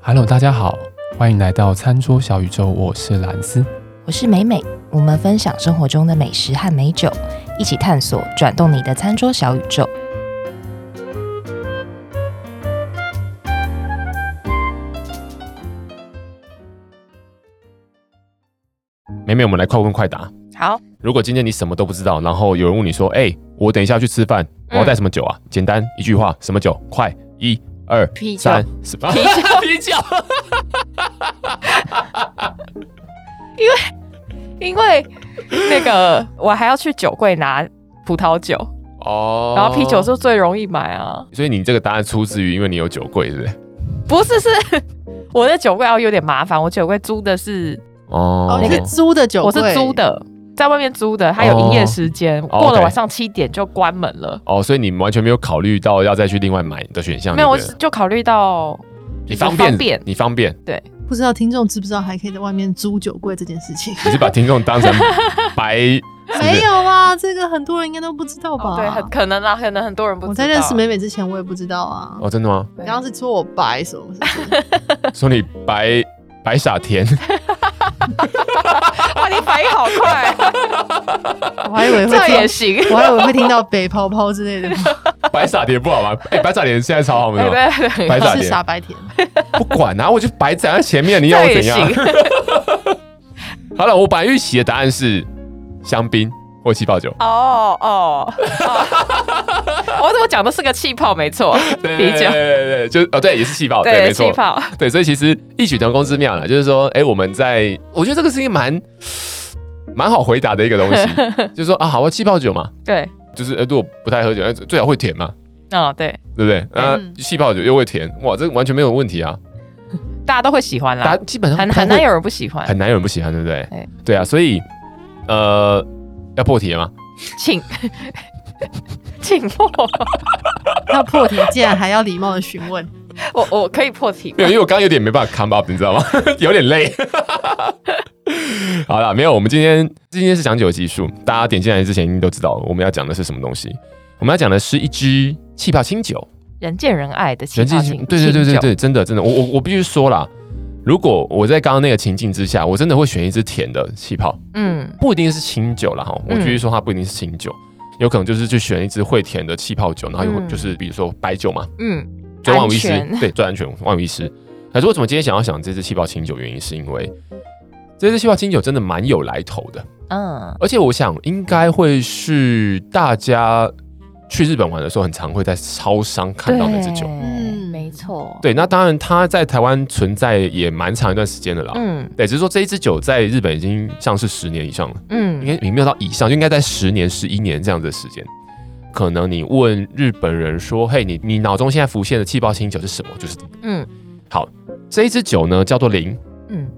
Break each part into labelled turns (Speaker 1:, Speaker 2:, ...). Speaker 1: Hello，大家好，欢迎来到餐桌小宇宙，我是蓝斯。
Speaker 2: 我是美美，我们分享生活中的美食和美酒，一起探索转动你的餐桌小宇宙。
Speaker 3: 美美，我们来快问快答。
Speaker 2: 好，
Speaker 3: 如果今天你什么都不知道，然后有人问你说：“哎、我等一下去吃饭，
Speaker 4: 嗯
Speaker 3: 我要带什么酒啊？”简单一句话，什么酒？快，一、二、
Speaker 2: 啤酒
Speaker 3: 三、四，啤酒，啤酒。
Speaker 4: 因为那个我还要去酒柜拿葡萄酒，
Speaker 3: 哦，
Speaker 4: 然后啤酒，是最容易买啊。
Speaker 3: 所以你这个答案出自于因为你有酒柜，对不对？
Speaker 4: 不是，是我的酒柜要有点麻烦，我酒柜租的是
Speaker 3: 哦
Speaker 5: 哦，你是租的酒
Speaker 4: 我
Speaker 5: 柜，
Speaker 4: 是租的，在外面租的，它有营业时间，
Speaker 3: 哦
Speaker 4: 过了
Speaker 3: OK
Speaker 4: 晚上七点就关门了。
Speaker 3: 哦，所以你完全没有考虑到要再去另外买的选项，
Speaker 4: 没有，我
Speaker 3: 对不对
Speaker 4: 就考虑到哦
Speaker 3: 你
Speaker 4: 就是
Speaker 3: 方便，
Speaker 4: 方便
Speaker 3: 你方便，
Speaker 5: 不知道听众知不知道还可以在外面租酒柜这件事情？
Speaker 3: 你是把听众当成白，是不是
Speaker 5: 没有啊，这个很多人应该都不知道吧？
Speaker 4: 哦对，很可能啦，可能很多人不知道。
Speaker 5: 我在认识美美之前，我也不知道啊。
Speaker 3: 哦，真的吗？
Speaker 5: 你
Speaker 4: 对
Speaker 5: 刚刚是说我白什么？是不是
Speaker 3: 说你白白傻甜，
Speaker 4: 哇，你反应好快，
Speaker 5: 我还以为会
Speaker 4: 这样也
Speaker 5: 听，
Speaker 4: 行。
Speaker 5: 我还以为会听到北泡泡之类的，
Speaker 3: 白傻甜不好吗？哎、白傻甜现在超好，不
Speaker 4: 对
Speaker 3: 是吗？
Speaker 4: 对哎对，
Speaker 3: 白傻
Speaker 5: 是
Speaker 3: 甜，
Speaker 5: 傻白甜。
Speaker 3: 不管啊，我就白站在前面，你要我怎样
Speaker 4: 这也？
Speaker 3: 好了，我本来预期的答案是香槟或气 泡酒，
Speaker 4: 哦 哦，哦我怎么讲都是个气泡，没错，啤酒
Speaker 3: 对对，对对，就是哦，对，也是气泡，对，没
Speaker 4: 气
Speaker 3: 错，
Speaker 4: 泡，
Speaker 3: 对，所以其实异曲同工之妙啦，就是说，哎，我们在，我觉得这个是一个蛮蛮好回答的一个东 西，就是说啊，好啊，气泡酒嘛，
Speaker 4: 对，
Speaker 3: 就是呃，如果不太喝酒，呃最好会甜嘛，
Speaker 4: 哦对，
Speaker 3: 对不对？那
Speaker 5: 嗯
Speaker 3: 气泡酒又会甜，哇，这个完全没有问题啊，
Speaker 4: 大家都会喜欢
Speaker 3: 大
Speaker 4: 啦，
Speaker 3: 家基本上
Speaker 4: 啊很
Speaker 3: 不太
Speaker 4: 很
Speaker 3: 会
Speaker 4: 难有人不喜欢，
Speaker 3: 很难有人不喜欢，对不对
Speaker 4: 对？
Speaker 3: 对啊，所以呃，要破题了 吗？
Speaker 4: 请请破，
Speaker 5: 要破题，竟然还要礼貌的询问，
Speaker 4: 我我可以破题吗
Speaker 3: 没有，因为我刚刚有点没办法 come up，你知道吗？ 有点累。好了，没有，我们今天今天是讲酒技术，大家点进来之前一定都知道我们要讲的是什么东西。我们要讲的是一支气泡清酒，
Speaker 4: 人见人爱的气泡
Speaker 3: 清
Speaker 4: 清，
Speaker 3: 对对对
Speaker 4: 清
Speaker 3: 对
Speaker 4: 酒，
Speaker 3: 对，真的真的，我我我必须说啦，如果我在刚刚那个情境之下，我真的会选一支甜的气泡，
Speaker 4: 嗯，
Speaker 3: 不一定是清酒啦哈，我
Speaker 4: 嗯
Speaker 3: 必须说它不一定是清酒，有可能就是去选一支会甜的气泡酒，然后有
Speaker 4: 嗯
Speaker 3: 就是比如说白酒嘛，
Speaker 4: 嗯，
Speaker 3: 所以万无一
Speaker 4: 安
Speaker 3: 失，
Speaker 4: 全
Speaker 3: 对，最安全，万无一失。可是我怎么今天想要想这支气泡清酒，原因是因为这支气泡清酒真的蛮有来头的，
Speaker 4: 嗯，
Speaker 3: 而且我想应该会是大家去日本玩的时候很常会在超商看到那支酒。
Speaker 4: 嗯，没错，，
Speaker 3: 对，那当然它在台湾存在也蛮长一段时间的啦。
Speaker 4: 嗯
Speaker 3: 对，只是说这一支酒在日本已经上市十年以上了，应
Speaker 4: 嗯，
Speaker 3: 该也没有到以上，就应该在十年、十一年这样子的时间。可能你问日本人说：“嘿，你你脑中现在浮现的气泡清酒是什么？”就是
Speaker 4: 嗯
Speaker 3: 这一支酒呢，叫做零。
Speaker 4: 嗯，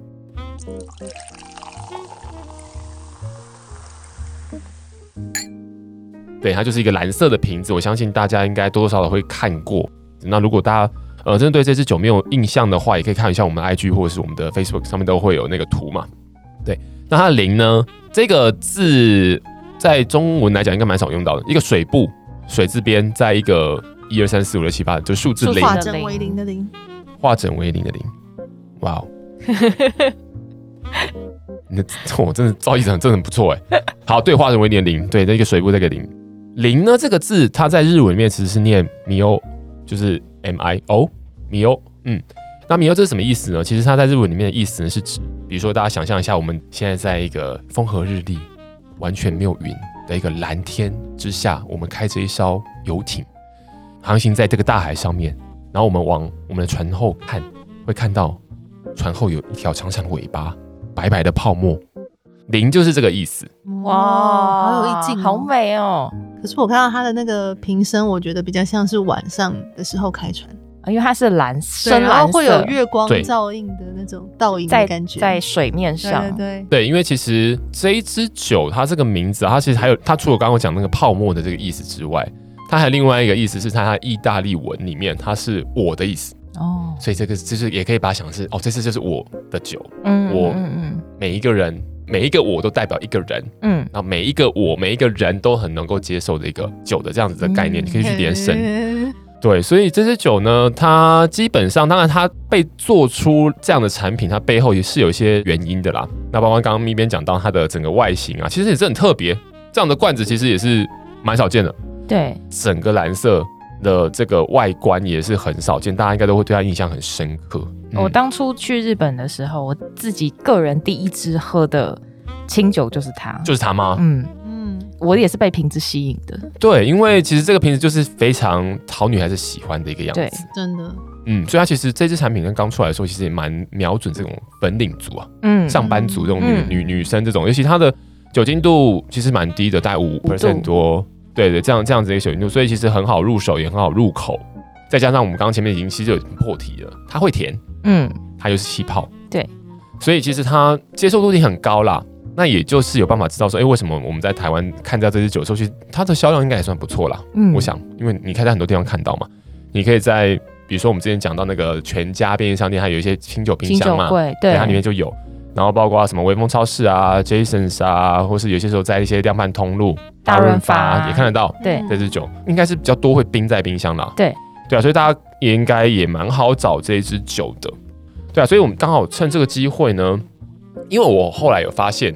Speaker 3: 对，它就是一个蓝色的瓶子，我相信大家应该多多少少会看过。那如果大家呃真的对这支酒没有印象的话，也可以看一下我们的 IG 或者是我们的 Facebook 上面都会有那个图嘛。对，那它的零呢，这个字在中文来讲应该蛮少用到的，一个水部水字边，在一个一二三四五六七八，就数字
Speaker 4: 数
Speaker 3: 零
Speaker 4: 法
Speaker 5: 化整为零的零，
Speaker 3: 化整为零的零。哇哦！ 你的我真的造诣真的真的很不错哎。好，对，化整为零的零，对，那个水部这个零零呢这个字，它在日文里面其实是念米欧，就是 M I O 米欧，嗯。那米欧这是什么意思呢？其实它在日文里面的意思呢是指，比如说大家想象一下，我们现在在一个风和日丽、完全没有云的一个蓝天之下，我们开着一艘游艇，航行在这个大海上面，然后我们往我们的船后看，会看到船后有一条长长的尾巴，白白的泡沫。零就是这个意思，
Speaker 5: 哇，好有意境、
Speaker 4: 好。美哦，
Speaker 5: 可是我看到它的那个瓶身，我觉得比较像是晚上的时候开船，
Speaker 2: 嗯
Speaker 4: 因为它是蓝，
Speaker 5: 对
Speaker 4: 深
Speaker 5: 然后
Speaker 4: 蓝
Speaker 5: 会有
Speaker 4: 色，
Speaker 5: 月光
Speaker 3: 对
Speaker 5: 照映的那种倒影
Speaker 4: 在
Speaker 5: 的感觉，
Speaker 4: 在水面
Speaker 5: 对
Speaker 4: 上，
Speaker 5: 对对，
Speaker 3: 对，因为其实这一支酒，它这个名字啊，它其实还有它除了刚刚讲那个泡沫的这个意思之外，它还有另外一个意思是它在意大利文里面它是我的意思，
Speaker 4: 哦，
Speaker 3: 所以这个就是也可以把它想是哦，这次就是我的酒，
Speaker 4: 嗯
Speaker 3: 我
Speaker 4: 嗯
Speaker 3: 每一个人每一个我都代表一个人，
Speaker 4: 嗯
Speaker 3: 那每一个我每一个人都很能够接受的一个酒的这样子的概念，
Speaker 4: 嗯
Speaker 3: 你可以去延伸。
Speaker 5: 嗯
Speaker 3: 对，所以这支酒呢，它基本上，当然它被做出这样的产品，它背后也是有一些原因的啦。那包括刚刚咪边讲到它的整个外形啊，其实也是很特别，这样的罐子其实也是蛮少见的。
Speaker 2: 嗯对，
Speaker 3: 整个蓝色的这个外观也是很少见，大家应该都会对它印象很深刻。
Speaker 4: 哦
Speaker 3: 嗯
Speaker 2: 我当初去日本的时候，我自己个人第一支喝的清酒就是它，
Speaker 3: 就是它吗？
Speaker 2: 嗯，
Speaker 5: 嗯，
Speaker 2: 我也是被瓶子吸引的，
Speaker 3: 对，因为其实这个瓶子就是非常讨女孩子喜欢的一个样
Speaker 2: 对
Speaker 3: 子。
Speaker 5: 真的，
Speaker 3: 嗯，所以它其实这支产品跟刚出来的时候，其实也蛮瞄准这种本领族啊，
Speaker 2: 嗯，
Speaker 3: 上班族这种女、
Speaker 2: 嗯
Speaker 3: 女女生这种，尤其它的酒精度其实蛮低的，大概五
Speaker 2: 度
Speaker 3: percent 多。对对，这样这样子的一个酒精度，所以其实很好入手，也很好入口。再加上我们刚刚前面已经其实有破题了，它会甜，
Speaker 2: 嗯，
Speaker 3: 它又是气泡，
Speaker 2: 对，
Speaker 3: 所以其实它接受度已经很高啦。那也就是有办法知道说，哎、为什么我们在台湾看到这支酒的时候，其实它的销量应该也算不错啦。
Speaker 2: 嗯
Speaker 3: 我想，因为你可以在很多地方看到嘛，你可以在比如说我们之前讲到那个全家便利商店，它有一些清酒冰
Speaker 2: 清
Speaker 3: 箱
Speaker 2: 酒
Speaker 3: 嘛，
Speaker 2: 柜，对，
Speaker 3: 它里面就有。然后包括什么微风超市啊、Jasons 啊，或是有些时候在一些量贩通路、
Speaker 2: 大润发
Speaker 3: 也看得到
Speaker 2: 对
Speaker 5: 嗯
Speaker 3: 这支酒，应该是比较多会冰在冰箱啦。
Speaker 2: 对
Speaker 3: 对啊，所以大家也应该也蛮好找这一支酒的。对啊，所以我们刚好趁这个机会呢，因为我后来有发现，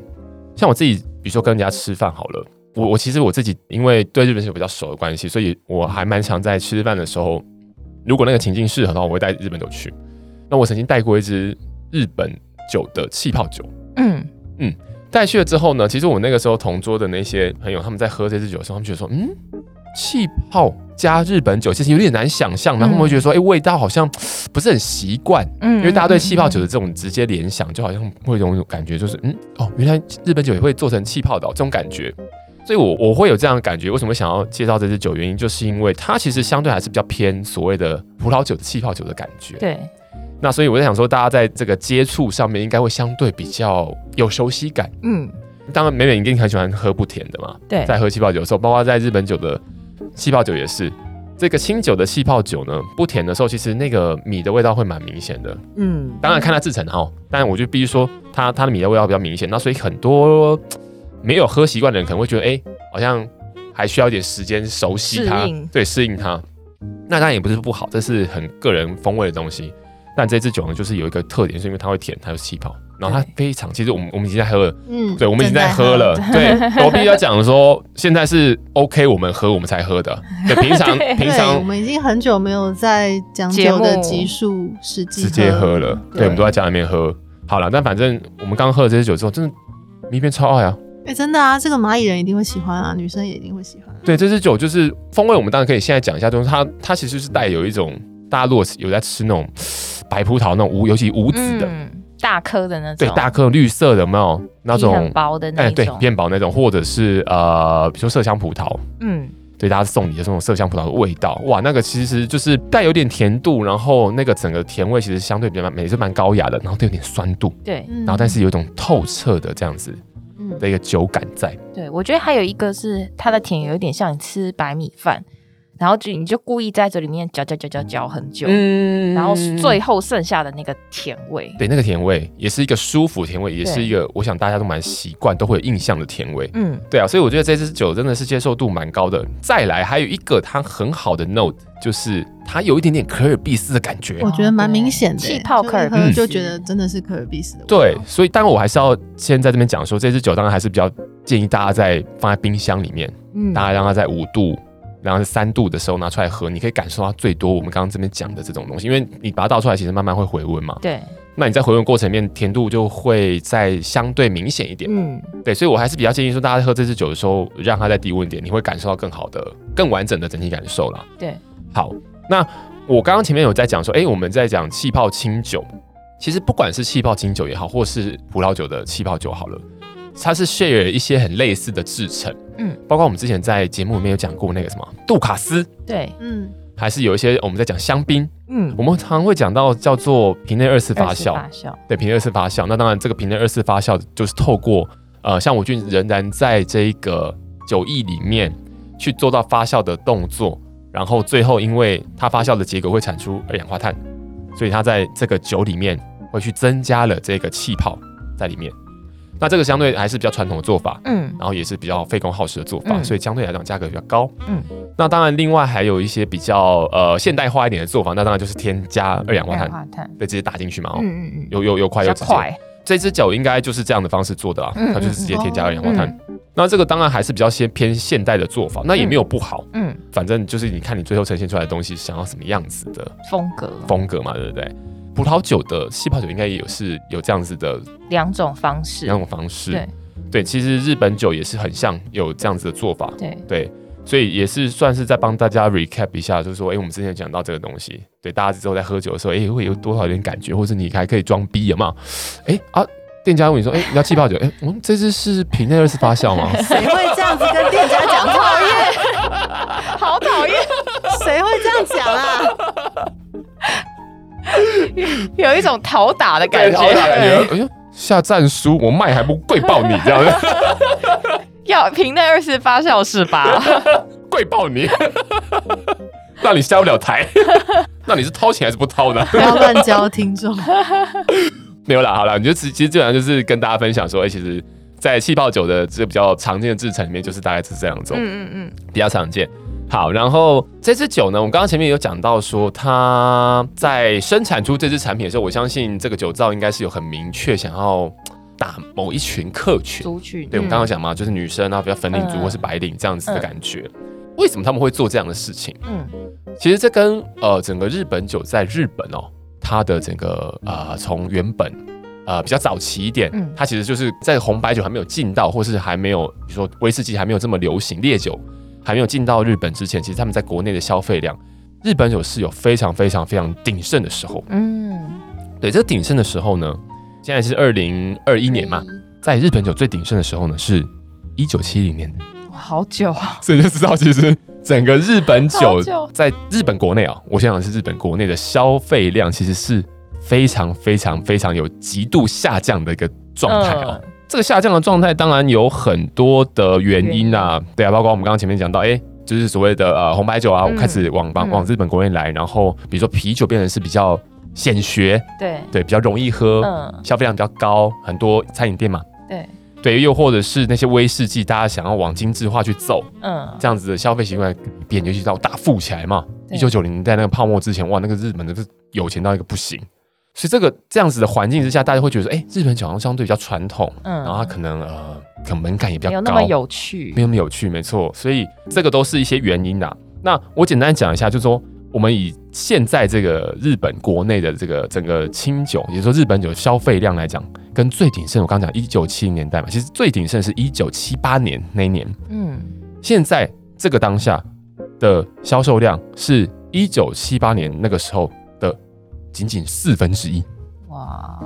Speaker 3: 像我自己，比如说跟人家吃饭好了，我我其实我自己因为对日本酒比较熟的关系，所以我还蛮常在吃饭的时候，如果那个情境适合的话，我会带日本酒去。那我曾经带过一支日本酒的气泡酒，
Speaker 2: 嗯，
Speaker 3: 带去了之后呢，其实我那个时候同桌的那些朋友，他们在喝这支酒的时候，他们觉得说，嗯，气泡加日本酒其实有点难想象，然后他们会觉得说，哎、味道好像 嘖不是很习惯，
Speaker 2: 嗯，
Speaker 3: 因为大家对气泡酒的这种直接联想，就好像会有一种感觉，就是，嗯，哦，原来日本酒也会做成气泡的哦、这种感觉。所以我，我会有这样的感觉。为什么想要介绍这支酒？原因就是因为它其实相对还是比较偏所谓的葡萄酒的气泡酒的感觉。
Speaker 2: 对，
Speaker 3: 那所以我在想说，大家在这个接触上面应该会相对比较有熟悉感。
Speaker 2: 嗯，
Speaker 3: 当然，美美一定很喜欢喝不甜的嘛，
Speaker 2: 对，
Speaker 3: 在喝气泡酒的时候，包括在日本酒的气泡酒也是。这个清酒的气泡酒呢，不甜的时候，其实那个米的味道会蛮明显的。
Speaker 2: 嗯，
Speaker 3: 当然看它制成哈，但我就必须说它它的米的味道比较明显。那所以很多嘖没有喝习惯的人可能会觉得，哎、好像还需要一点时间熟悉它
Speaker 2: 适应，
Speaker 3: 对，适应它。那当然也不是不好，这是很个人风味的东西。但这支酒呢，就是有一个特点，是因为它会甜，它有气泡，然后它
Speaker 2: 对
Speaker 3: 非常，其实我们我们已经在喝了。
Speaker 5: 嗯，
Speaker 3: 对，我们已经在喝了。 对，我必须要讲说，现在是 OK，我们喝我们才喝的。对，平常
Speaker 2: 对
Speaker 5: 正
Speaker 3: 平
Speaker 5: 在喝。对，我
Speaker 3: 常
Speaker 5: 们已经很久没有在讲
Speaker 2: 节
Speaker 5: 酒的
Speaker 2: 目
Speaker 5: 集数实际
Speaker 3: 直接喝了，对，
Speaker 2: 对
Speaker 3: 我们都在家里面喝。好了，但反正我们刚喝了这些酒之后，真的迷片超爱啊！
Speaker 5: 哎、真的啊，这个蚂蚁人一定会喜欢啊，女生也一定会喜欢、啊。
Speaker 3: 对，这支酒就是风味，我们当然可以现在讲一下，就是它它其实是带有一种大家如果有在吃那种白葡萄那种无，尤其无籽的，
Speaker 2: 嗯，大颗的那种，
Speaker 3: 对，大颗绿色的有没有那
Speaker 2: 皮很
Speaker 3: 种？哎
Speaker 2: 薄的那一
Speaker 3: 对，
Speaker 2: 种，
Speaker 3: 变薄那种，或者是呃，比如说麝香葡萄，
Speaker 2: 嗯，
Speaker 3: 对大家送你的这种麝香葡萄的味道，哇，那个其实就是带有点甜度，然后那个整个甜味其实相对比较蛮也是蛮高雅的，然后都有点酸度，
Speaker 2: 对
Speaker 5: 嗯
Speaker 3: 然后但是有一种透彻的这样子
Speaker 5: 嗯
Speaker 3: 的一个酒感在，
Speaker 2: 对，我觉得还有一个是它的甜有一点像你吃白米饭，然后就你就故意在这里面嚼嚼嚼嚼嚼很久，
Speaker 3: 嗯
Speaker 2: 然后最后剩下的那个甜味，
Speaker 3: 对那个甜味也是一个舒服甜味，也是
Speaker 2: 对
Speaker 3: 一个我想大家都蛮习惯都会有印象的甜味。
Speaker 2: 嗯，
Speaker 3: 对啊，所以我觉得这支酒真的是接受度蛮高的。再来，还有一个它很好的 note，就是它有一点点可尔必斯的感觉。
Speaker 5: 我觉得蛮明显的、
Speaker 2: 对气泡
Speaker 5: 就一
Speaker 2: 可尔必
Speaker 5: 喝
Speaker 3: 斯
Speaker 5: 就觉得真的是可尔必斯的味道。
Speaker 3: 嗯对，所以当然我还是要先在这边讲说，这支酒当然还是比较建议大家在放在冰箱里面，
Speaker 2: 嗯
Speaker 3: 大家让它在五度，然后是三度的时候拿出来喝，你可以感受到最多我们刚刚这边讲的这种东西，因为你把它倒出来，其实慢慢会回温嘛。
Speaker 2: 对，
Speaker 3: 那你在回温过程里面，甜度就会再相对明显一点。
Speaker 2: 嗯，
Speaker 3: 对，所以我还是比较建议说，大家喝这支酒的时候，让它在低温点，你会感受到更好的、更完整的整体感受啦。
Speaker 2: 对，
Speaker 3: 好，那我刚刚前面有在讲说，诶，我们在讲气泡清酒，其实不管是气泡清酒也好，或是葡萄酒的气泡酒好了，它是 share 一些很类似的制成，
Speaker 2: 嗯，
Speaker 3: 包括我们之前在节目里面有讲过那个什么杜卡斯，
Speaker 2: 对，
Speaker 5: 嗯，
Speaker 3: 还是有一些我们在讲香槟，
Speaker 2: 嗯，
Speaker 3: 我们常会讲到叫做瓶内二次发
Speaker 2: 二次
Speaker 3: 酵，
Speaker 2: 发酵，
Speaker 3: 对，瓶内二次发酵。那当然，这个瓶内二次发酵就是透过呃酵母菌仍然在这一个酒液里面去做到发酵的动作，然后最后因为它发酵的结果会产出二氧化碳，所以它在这个酒里面会去增加了这个气泡在里面。那这个相对还是比较传统的做法，
Speaker 2: 嗯
Speaker 3: 然后也是比较费工耗时的做法，
Speaker 2: 嗯
Speaker 3: 所以相对来讲价格比较高。
Speaker 2: 嗯
Speaker 3: 嗯，那当然，另外还有一些比较呃现代化一点的做法，那当然就是添加二氧化
Speaker 2: 二
Speaker 3: 碳
Speaker 2: 氧，化碳，
Speaker 3: 对，直接打进去嘛，哦，
Speaker 2: 嗯嗯嗯，
Speaker 3: 又又又快
Speaker 2: 比
Speaker 3: 又
Speaker 2: 较
Speaker 3: 直接。
Speaker 2: 快，
Speaker 3: 这只脚应该就是这样的方式做的啦，啊
Speaker 2: 嗯
Speaker 3: 它就是直接添加二氧化碳。那这个当然还是比较先偏现代的做法，那也没有不好，
Speaker 2: 嗯，
Speaker 3: 反正就是你看你最后呈现出来的东西想要什么样子的
Speaker 2: 风格
Speaker 3: 风格嘛，对不对？葡萄酒的气泡酒应该也有是有这样子的
Speaker 2: 两种方式
Speaker 3: 两，种方式，
Speaker 2: 对
Speaker 3: 对，其实日本酒也是很像有这样子的做法，
Speaker 2: 对，
Speaker 3: 对，所以也是算是在帮大家 recap 一下，就是说，哎、我们之前讲到这个东西，对，大家之后在喝酒的时候，哎、会有多少有点感觉，或者你还可以装逼，有没有？哎、啊，店家问你说，哎、你要气泡酒，哎、嗯，这支是瓶内二十八效吗？
Speaker 5: 谁会这样子跟店家讲 话？
Speaker 2: 好讨厌，
Speaker 5: 谁会这样讲啊？
Speaker 2: 有一种讨打的 感
Speaker 3: 好
Speaker 2: 觉，
Speaker 3: 感觉，哎呦，下战书，我卖还不跪爆你这样子，
Speaker 2: 要瓶内二十八小时吧，
Speaker 3: 跪爆你， 让你下不了台， 那你是掏钱还是不掏呢？
Speaker 5: 不要乱教听 众。
Speaker 3: 没有啦，好啦，你就其其实基本上就是跟大家分享说，哎、其实，在气泡酒的这比较常见的制成里面，就是大概是这两种，
Speaker 2: 嗯嗯嗯，
Speaker 3: 比较常见。好，然后这支酒呢，我们刚刚前面有讲到说，它在生产出这支产品的时候，我相信这个酒造应该是有很明确想要打某一群客群。
Speaker 2: 族群，
Speaker 3: 对，我们
Speaker 2: 嗯
Speaker 3: 刚刚讲嘛，就是女生啊，比较粉领族
Speaker 2: 嗯
Speaker 3: 或是白领这样子的感觉。为什么他们会做这样的事情？
Speaker 2: 嗯
Speaker 3: 其实这跟呃整个日本酒在日本哦，它的整个呃从原本呃比较早期一点，
Speaker 2: 嗯
Speaker 3: 它其实就是在红白酒还没有进到，或是还没有比如说威士忌还没有这么流行，烈酒还没有进到日本之前，其实他们在国内的消费量，日本酒是有非常非常非常鼎盛的时候。
Speaker 2: 嗯，
Speaker 3: 对，这个鼎盛的时候呢，现在是二零二一年嘛，在日本酒最鼎盛的时候呢是一九七零年。
Speaker 2: 哇 好久啊，
Speaker 3: 所以就知道，其实整个日本
Speaker 2: 好
Speaker 3: 酒
Speaker 2: 久
Speaker 3: 在日本国内啊、我想想是日本国内的消费量其实是非常非常非常有极度下降的一个状态哦。这个下降的状态当然有很多的原因啊，对啊，包括我们刚刚前面讲到，哎。就是所谓的呃红白酒啊，
Speaker 2: 嗯
Speaker 3: 开始往往
Speaker 2: 嗯
Speaker 3: 往日本国内来，然后比如说啤酒变成是比较显学，
Speaker 2: 对，
Speaker 3: 对，比较容易喝，
Speaker 2: 嗯
Speaker 3: 消费量比较高，很多餐饮店嘛，
Speaker 2: 对，
Speaker 3: 对，又或者是那些威士忌，大家想要往精致化去走，
Speaker 2: 嗯，
Speaker 3: 这样子的消费习惯变，尤其到大富起来嘛。一
Speaker 2: 对
Speaker 3: 九九零年代那个泡沫之前，哇，那个日本真是有钱到一个不行。所以这个这样子的环境之下，大家会觉得说，哎、日本酒好像相对比较传统，
Speaker 2: 嗯
Speaker 3: 然后它可能呃，可能门槛也比较
Speaker 2: 没有那
Speaker 3: 高，
Speaker 2: 么有趣
Speaker 3: 没，有那么有趣，没错。所以这个都是一些原因啦。那我简单讲一下，就是说我们以现在这个日本国内的这个整个清酒，也就是说日本酒消费量来讲，跟最鼎盛，我刚刚讲一九七零年代嘛，其实最鼎盛是一九七八年那一年。
Speaker 2: 嗯，
Speaker 3: 现在这个当下的销售量是一九七八年那个时候的仅仅四分之一，
Speaker 2: 哇，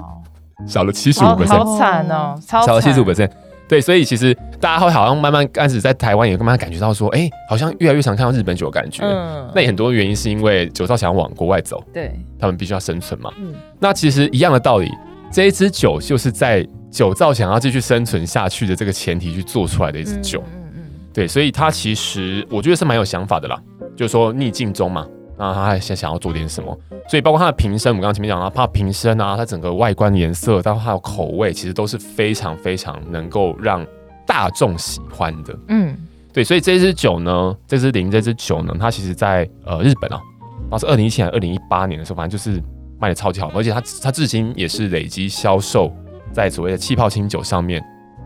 Speaker 3: 少了七十五
Speaker 2: 好
Speaker 3: percent，
Speaker 2: 好惨哦，超
Speaker 3: 少了七
Speaker 2: 惨
Speaker 3: 十五 percent。对，所以其实大家会好像慢慢开始在台湾也慢慢感觉到说，哎、好像越来越常看到日本酒的感觉。
Speaker 2: 嗯
Speaker 3: 那也很多原因是因为酒造想要往国外走，
Speaker 2: 对，
Speaker 3: 他们必须要生存嘛。
Speaker 2: 嗯
Speaker 3: 那其实一样的道理，这一支酒就是在酒造想要继续生存下去的这个前提去做出来的一支酒。
Speaker 2: 嗯嗯
Speaker 3: 对，所以他其实我觉得是蛮有想法的啦，就是说逆境中嘛，啊，他还想想要做点什么，所以包括它的瓶身，我们刚刚前面讲到，它的瓶身啊，它整个外观颜色，到它的口味，其实都是非常非常能够让大众喜欢的。
Speaker 2: 嗯
Speaker 3: 对，所以这支酒呢，这支零这支酒呢，它其实在呃日本啊，然后是二零一七年、二零一八年的时候，反正就是卖的超级好，而且它它至今也是累积销售在所谓的气泡清酒上面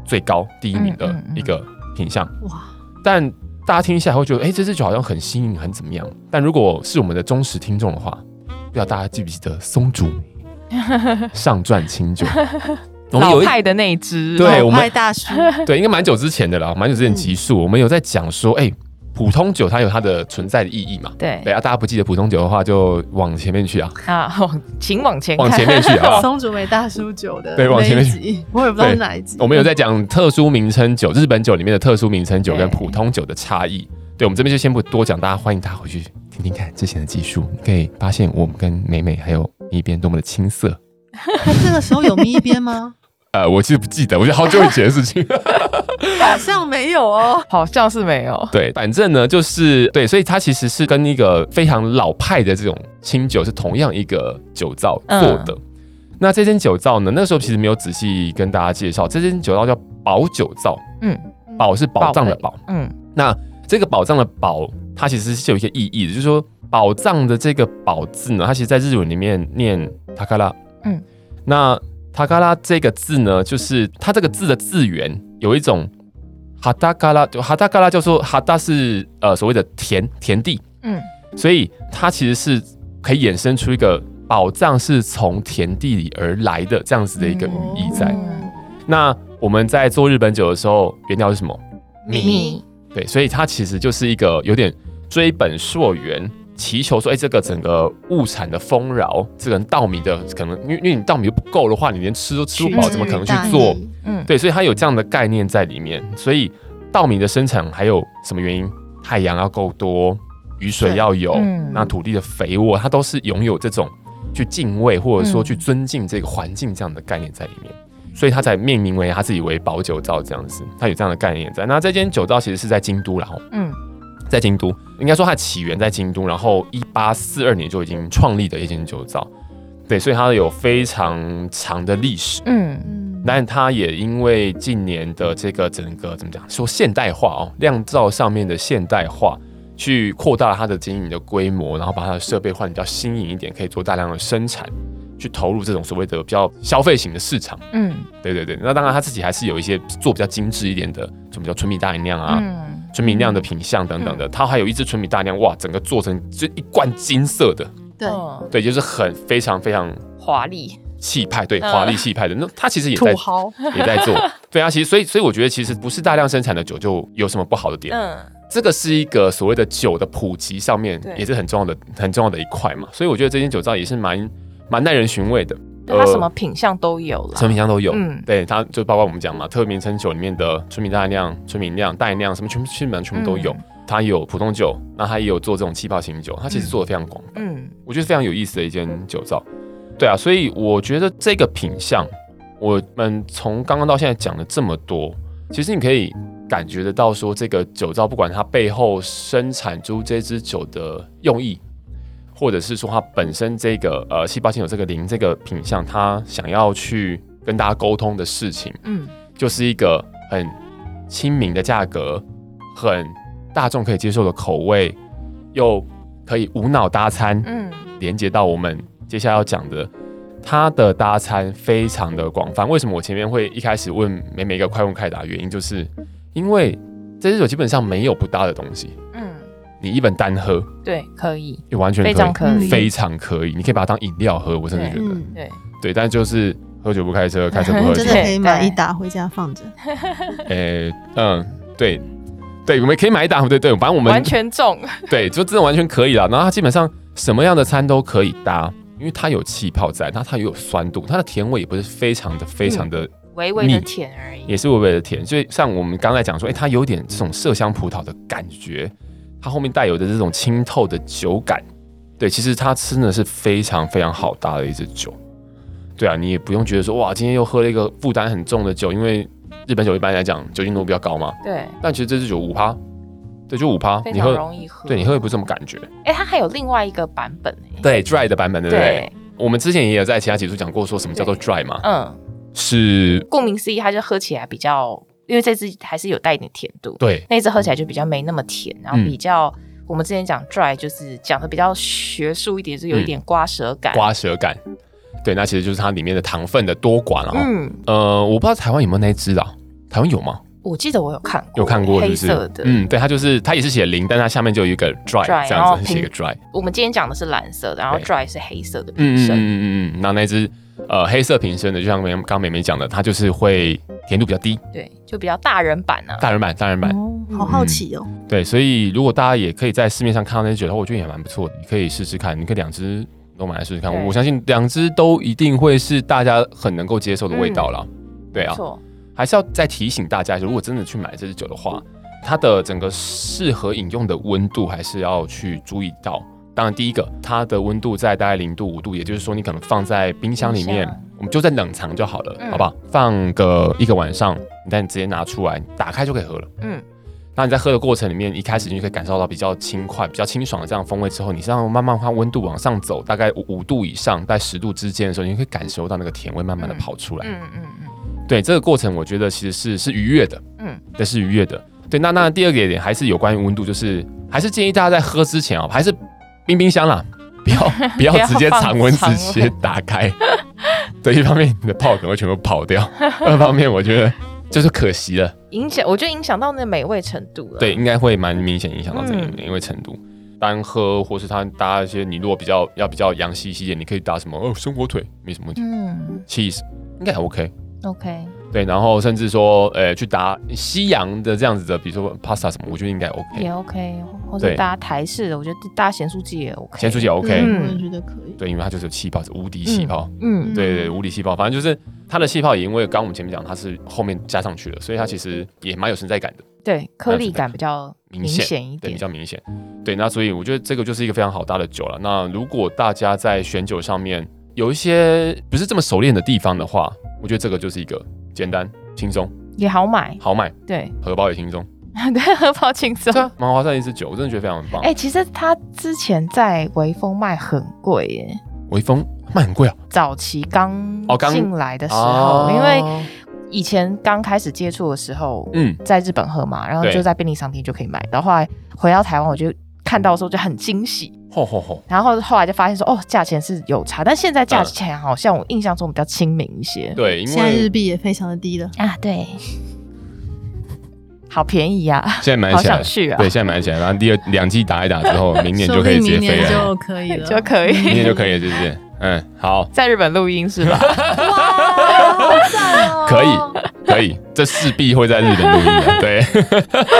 Speaker 3: 最高第一名的
Speaker 2: 嗯嗯嗯
Speaker 3: 一个品相。
Speaker 5: 哇，
Speaker 3: 但大家听下来会觉得，哎、这支酒好像很新颖，很怎么样？但如果是我们的忠实听众的话，不知道大家记不记得松竹梅上传清 酒？我
Speaker 2: 嗯，
Speaker 3: 们
Speaker 2: 老
Speaker 3: 有一
Speaker 2: 派的那一只，
Speaker 3: 对我
Speaker 5: 老
Speaker 3: 们
Speaker 5: 派大叔，。
Speaker 3: 对，应该蛮久之前的啦，蛮久之前集
Speaker 2: 嗯
Speaker 3: 数，我们有在讲说，哎、普通酒它有它的存在的意义嘛？
Speaker 2: 对
Speaker 3: 对啊，大家不记得普通酒的话，就往前面 去啊，
Speaker 2: 啊，往请往前
Speaker 3: 往
Speaker 2: 看，
Speaker 3: 前面去啊
Speaker 5: 松竹梅大叔酒的
Speaker 3: 对往前
Speaker 5: 那
Speaker 3: 面
Speaker 5: 一集，我也不知道是哪一集。
Speaker 3: 我们有在讲特殊名称酒，日本酒里面的特殊名称酒跟
Speaker 2: 对
Speaker 3: 普通酒的差异。对，我们这边就先不多讲，大家欢迎大家回去听听看之前的技术，你可以发现我们跟美美还有一边多么的青涩。
Speaker 5: 那个时候有咪边吗？
Speaker 3: 呃，我其实不记得，我觉得好久以前的事情。
Speaker 5: 好像没有哦。
Speaker 2: 好像是没有，
Speaker 3: 对，反正呢就是对，所以它其实是
Speaker 2: 嗯
Speaker 3: 跟一个非常老派的这种清酒是同样一个酒造做的。那这间酒造呢，那时候其实没有仔细跟大家介绍，这间酒造叫宝酒造，
Speaker 2: 嗯
Speaker 3: 宝是宝藏的宝。
Speaker 2: 嗯
Speaker 3: 那这个宝藏的宝，它其实是有一些意义的，就是说宝藏的这个宝字呢，它其实在日文里面念塔卡拉，
Speaker 2: 嗯，
Speaker 3: 那塔卡拉这个字呢，就是它这个字的字源有一种哈达卡拉，就哈达卡拉就说哈达是呃所谓的田田地，
Speaker 2: 嗯，
Speaker 3: 所以它其实是可以衍生出一个宝藏是从田地里而来的这样子的一个语义
Speaker 5: 哦
Speaker 3: 在。那我们在做日本酒的时候，原料是什么？米
Speaker 2: 你
Speaker 3: 对，所以它其实就是一个有点追本溯源，祈求说，哎、这个整个物产的丰饶，这个稻米的可能，因为因为你稻米又不够的话，你连吃都吃不饱，
Speaker 5: 之
Speaker 3: 怎么可能去
Speaker 5: 大
Speaker 3: 做？
Speaker 5: 义
Speaker 2: 嗯
Speaker 3: 对，所以它有这样的概念在里面。所以稻米的生产还有什么原因？太阳要够多，雨水要有，
Speaker 2: 嗯
Speaker 3: 那土地的肥沃，它都是拥有这种去敬畏或者说
Speaker 2: 嗯
Speaker 3: 去尊敬这个环境这样的概念在里面，所以它才命名为它自己为保酒造这样子，它有这样的概念在。那这间酒造其实是在京都啦，吼
Speaker 2: 嗯
Speaker 3: 在京都，应该说它的起源在京都，然后一八四二年就已经创立的一间酒造，对，所以它有非常长的历史。
Speaker 2: 嗯
Speaker 5: 嗯
Speaker 3: 但它也因为近年的这个整个怎么讲，说现代化哦，酿造上面的现代化，去扩大它的经营的规模，然后把它的设备换得比较新颖一点，可以做大量的生产，去投入这种所谓的比较消费型的市场。
Speaker 2: 嗯
Speaker 3: 对对对，那当然他自己还是有一些做比较精致一点的，什么叫纯米大吟酿啊，
Speaker 2: 嗯
Speaker 3: 纯米酿的品相等等的，它还有一支纯米大酿，哇，整个做成就一罐金色的，
Speaker 5: 对，
Speaker 2: 嗯
Speaker 3: 对，就是很非常非常
Speaker 4: 华丽，
Speaker 3: 气派，对，
Speaker 4: 嗯
Speaker 3: 华丽气派的。那它其实也在
Speaker 5: 土豪
Speaker 3: 也在做，对啊，其实所以所以我觉得其实不是大量生产的酒就有什么不好的点，
Speaker 4: 嗯，
Speaker 3: 这个是一个所谓的酒的普及上面
Speaker 4: 对
Speaker 3: 也是很重要的很重要的一块嘛，所以我觉得这间酒造也是蛮蛮耐人寻味的，
Speaker 2: 它什么品相都有了，
Speaker 3: 什么品相都有，
Speaker 2: 嗯
Speaker 3: 对，它就包括我们讲嘛，特名称酒里面的纯米大酿、纯米酿、代酿什么全部基本上全部都有，
Speaker 2: 嗯
Speaker 3: 它也有普通酒，那它也有做这种气泡型酒，它其实做的非常广泛，
Speaker 2: 嗯
Speaker 3: 我觉得非常有意思的一间酒造。对啊，所以我觉得这个品相，我们从刚刚到现在讲了这么多，其实你可以感觉得到，说这个酒造不管它背后生产出这支酒的用意，或者是说它本身这个呃细胞性有这个零这个品相，它想要去跟大家沟通的事情，
Speaker 2: 嗯
Speaker 3: 就是一个很亲民的价格，很大众可以接受的口味，又可以无脑搭餐，
Speaker 2: 嗯
Speaker 3: 连接到我们接下来要讲的，它的搭餐非常的广泛。为什么我前面会一开始问每每一个快问快答？原因就是因为这支酒基本上没有不搭的东西，
Speaker 2: 嗯，
Speaker 3: 你一本单喝
Speaker 2: 对，可以，
Speaker 3: 也完全嗯可以，
Speaker 2: 非常可以，
Speaker 3: 非常可以，你可以把它当饮料喝，我甚至觉得
Speaker 5: 嗯，
Speaker 2: 对，
Speaker 3: 对，但就是喝酒不开车，开车不喝
Speaker 5: 我
Speaker 3: 酒
Speaker 5: 真，的可以买
Speaker 2: 对
Speaker 5: 一打回家放着。
Speaker 3: 诶、嗯，对。对，我们可以买一打，对对，反正我们
Speaker 4: 完全中，
Speaker 3: 对，就真的完全可以了。然后它基本上什么样的餐都可以搭，因为它有气泡在，那它也有酸度，它的甜味也不是非常的、非常的，
Speaker 2: 微微的
Speaker 3: 蜜
Speaker 2: 甜而已，
Speaker 3: 也是微微的甜。所以像我们刚才讲说，哎、它有点这种麝香葡萄的感觉，它后面带有的这种清透的酒感。对，其实它真的是非常非常好搭的一支酒。对啊，你也不用觉得说哇，今天又喝了一个负担很重的酒，因为日本酒一般来讲酒精度比较高嘛。
Speaker 4: 对，
Speaker 3: 但其实这支酒五趴， 对，就五趴，
Speaker 4: 非
Speaker 3: 你
Speaker 4: 常
Speaker 3: 喝，
Speaker 4: 容易喝。
Speaker 3: 对你喝也不是什么感觉。
Speaker 2: 哎，它还有另外一个版本哎，
Speaker 3: 对 dry 的版本，对不对？我们之前也有在其他集数讲过，说什么叫做 dry 嘛，
Speaker 2: 嗯，
Speaker 3: 是
Speaker 2: 顾名思义，它就喝起来比较，因为这支还是有带一点甜度，
Speaker 3: 对
Speaker 2: 那一支喝起来就比较没那么甜，然后
Speaker 3: 嗯
Speaker 2: 比较、我们之前讲 dry 就是讲的比较学术一点，就是有一点刮舌感。
Speaker 3: 嗯刮舌感。对，那其实就是它里面的糖分的多寡了哈。
Speaker 2: 嗯，
Speaker 3: 呃，我不知道台湾有没有那一支啦，台湾有吗？
Speaker 2: 我记得我有看过，
Speaker 3: 有看过是
Speaker 2: 哦黑
Speaker 3: 不是？
Speaker 2: 色的。
Speaker 3: 嗯，对，它就是它也是写零，但它下面就有一个 dry，,
Speaker 2: dry，
Speaker 3: 这
Speaker 2: 然后
Speaker 3: 样子
Speaker 2: 平
Speaker 3: 写一个 dry。
Speaker 2: 我们今天讲的是蓝色的，然后
Speaker 3: 对
Speaker 2: dry 是黑色的
Speaker 3: 嗯嗯
Speaker 2: 瓶
Speaker 3: 嗯
Speaker 2: 身。
Speaker 3: 嗯嗯嗯，那那一支呃黑色瓶身的，就像刚刚美美讲的，它就是会甜度比较低，
Speaker 2: 对，就比较大人版啊。
Speaker 3: 大人版大人版。
Speaker 5: 哦，好好奇哦，
Speaker 3: 对，所以如果大家也可以在市面上看到那些酒的话，我觉得也蛮不错的，你可以试试看，你可以两只都买来试试看。
Speaker 2: 对
Speaker 3: 我我相信两只都一定会是大家很能够接受的味道啦。对
Speaker 2: 没
Speaker 3: 啊，
Speaker 2: 错，
Speaker 3: 还是要再提醒大家，如果真的去买这支酒的话，它的整个适合饮用的温度还是要去注意到。当然，第一个，它的温度在大概零度、五度，也就是说，你可能放在冰箱里面
Speaker 2: 冰箱，
Speaker 3: 我们就在冷藏就好了，
Speaker 2: 啊嗯
Speaker 3: 好不好？放个一个晚上，你再直接拿出来，打开就可以喝了。
Speaker 2: 嗯，
Speaker 3: 那你在喝的过程里面，一开始你就可以感受到比较轻快、比较清爽的这样风味之后，你这样慢慢它温度往上走，大概五五度以上，在十度之间的时候，你可以感受到那个甜味慢慢的跑出来。
Speaker 2: 嗯嗯嗯，
Speaker 3: 对这个过程，我觉得其实是是愉悦的，嗯
Speaker 2: 嗯，
Speaker 3: 对，是愉悦的。对，那那第二个点还是有关于温度，就是还是建议大家在喝之前啊、还是冰冰箱啦，不 要不要直接
Speaker 2: 不要放
Speaker 3: 常温直
Speaker 2: 常
Speaker 3: 接
Speaker 2: 温
Speaker 3: 打开。对，一方面你的泡可能会全部跑掉，二方面我觉得就是可惜了，
Speaker 2: 影响我觉得影响到那美味程度了。
Speaker 3: 对，，应该会蛮明显影响到这个
Speaker 2: 嗯
Speaker 3: 因为程度。单喝或是它搭一些，你如果比较要比较洋气一些，你可以搭什么哦生火腿没什么问题
Speaker 2: 嗯
Speaker 3: ，cheese 应该还 OK。
Speaker 2: ，OK，
Speaker 3: 对，然后甚至说，呃，去打西洋的这样子的，比如说 pasta 什么，我觉得应该 OK，
Speaker 2: 也 OK，或
Speaker 3: 对
Speaker 2: 者搭台式的，我觉得搭咸酥鸡也 OK。
Speaker 3: 咸酥鸡也 OK，、
Speaker 5: 嗯我也觉得可以。
Speaker 3: 对，因为它就是有气泡，是无敌气泡，
Speaker 2: 嗯，
Speaker 3: 对对，无敌气泡，反正就是它的气泡也因为刚刚我们前面讲它是后面加上去了，所以它其实也蛮有存在感的，
Speaker 2: 对，颗粒感比较
Speaker 3: 明
Speaker 2: 明
Speaker 3: 显
Speaker 2: 显一
Speaker 3: 对，比
Speaker 2: 点。
Speaker 3: 较明显，对，那所以我觉得这个就是一个非常好搭的酒了。那如果大家在选酒上面有一些不是这么熟练的地方的话，我觉得这个就是一个简单、轻松、
Speaker 2: 也好买，
Speaker 3: 好买，
Speaker 2: 对，
Speaker 3: 荷包也轻松，
Speaker 2: 对，喝泡轻松。
Speaker 3: 对啊，蛮划算的一支酒，我真的觉得非常棒。
Speaker 2: 哎、其实它之前在微风卖很贵耶，
Speaker 3: 微风卖很贵啊，
Speaker 2: 早期刚
Speaker 3: 哦刚
Speaker 2: 进来的时候，
Speaker 3: 哦
Speaker 2: 因为以前刚开始接触的时候，
Speaker 3: 嗯，
Speaker 2: 在日本喝嘛，然后
Speaker 3: 对
Speaker 2: 就在便利商店就可以买，然后后来回到台湾，我就看到的时候就很惊喜，
Speaker 3: 吼吼吼，
Speaker 2: 然后后来就发现说，哦，价钱是有差，但现在价钱好像我印象中比较亲民一些。
Speaker 3: 对，因
Speaker 5: 现在日
Speaker 3: 为
Speaker 5: 币也非常的低了，
Speaker 2: 啊，对，好便宜啊呀、
Speaker 3: 现在买
Speaker 2: 好
Speaker 3: 起来
Speaker 2: 想，去啊
Speaker 3: 对，，现在买起来，然后第二两季打一打之后，明年就可以
Speaker 5: 说不定
Speaker 3: 直接
Speaker 5: 明
Speaker 3: 飞
Speaker 5: 年
Speaker 3: 了，
Speaker 5: 就可以了，
Speaker 2: 就可以
Speaker 3: 明年 就可以了，是不是？嗯，好，
Speaker 2: 在日本录音 是吧？
Speaker 4: 哦
Speaker 3: 可以，可以，这势必会在日本录音的，对，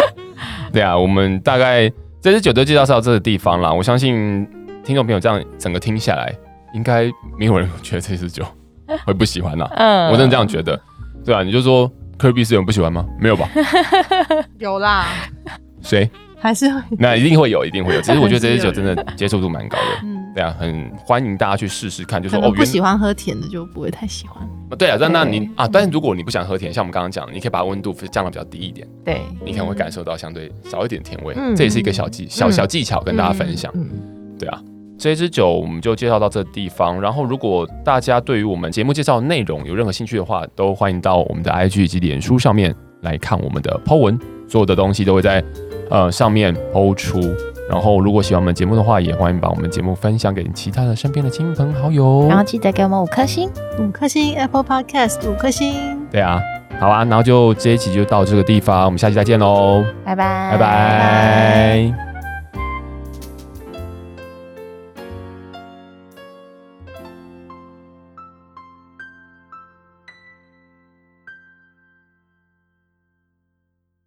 Speaker 3: 对啊，我们大概这支酒就介绍到这个地方啦。我相信听众朋友这样整个听下来，应该没有人觉得这支酒会不喜欢啊啦。
Speaker 2: 嗯
Speaker 3: 我真的这样觉得，对啊，你就说科比是有人不喜欢吗？没有吧？
Speaker 5: 有啦，
Speaker 3: 谁？
Speaker 5: 还是会
Speaker 3: 那一定会有，一定会 有。只是我觉得这支酒
Speaker 5: 还是
Speaker 3: 真
Speaker 5: 有
Speaker 3: 的接受度蛮高的，
Speaker 5: 嗯，
Speaker 3: 对啊，很欢迎大家去试试看。就
Speaker 5: 可
Speaker 3: 说哦，
Speaker 5: 能不
Speaker 3: 原
Speaker 5: 喜欢喝甜的就不会太喜欢。
Speaker 3: 对啊，那那你
Speaker 2: 对
Speaker 3: 啊，但是如果你不想喝甜，像我们刚刚讲，你可以把温度降到比较低一点，
Speaker 2: 对，
Speaker 3: 你可能会感受到相对少一点甜味。
Speaker 2: 嗯
Speaker 3: 这也是一个小技小
Speaker 2: 嗯
Speaker 3: 小技巧跟大家分享。
Speaker 2: 嗯，
Speaker 3: 对啊，这支酒我们就介绍到这地方。然后，如果大家对于我们节目介绍的内容有任何兴趣的话，都欢迎到我们的 IG 以及脸书上面来看我们的 Po 文，所有的东西都会在呃上面 Po 出。然后，如果喜欢我们节目的话，也欢迎把我们节目分享给其他的身边的亲朋好友
Speaker 2: 然。后记得给我们五颗星，
Speaker 5: 五颗星 Apple Podcast 五颗星。
Speaker 3: 对啊，好啊，然后就这一期就到这个地方，我们下期再见喽，
Speaker 2: 拜拜，
Speaker 3: 拜拜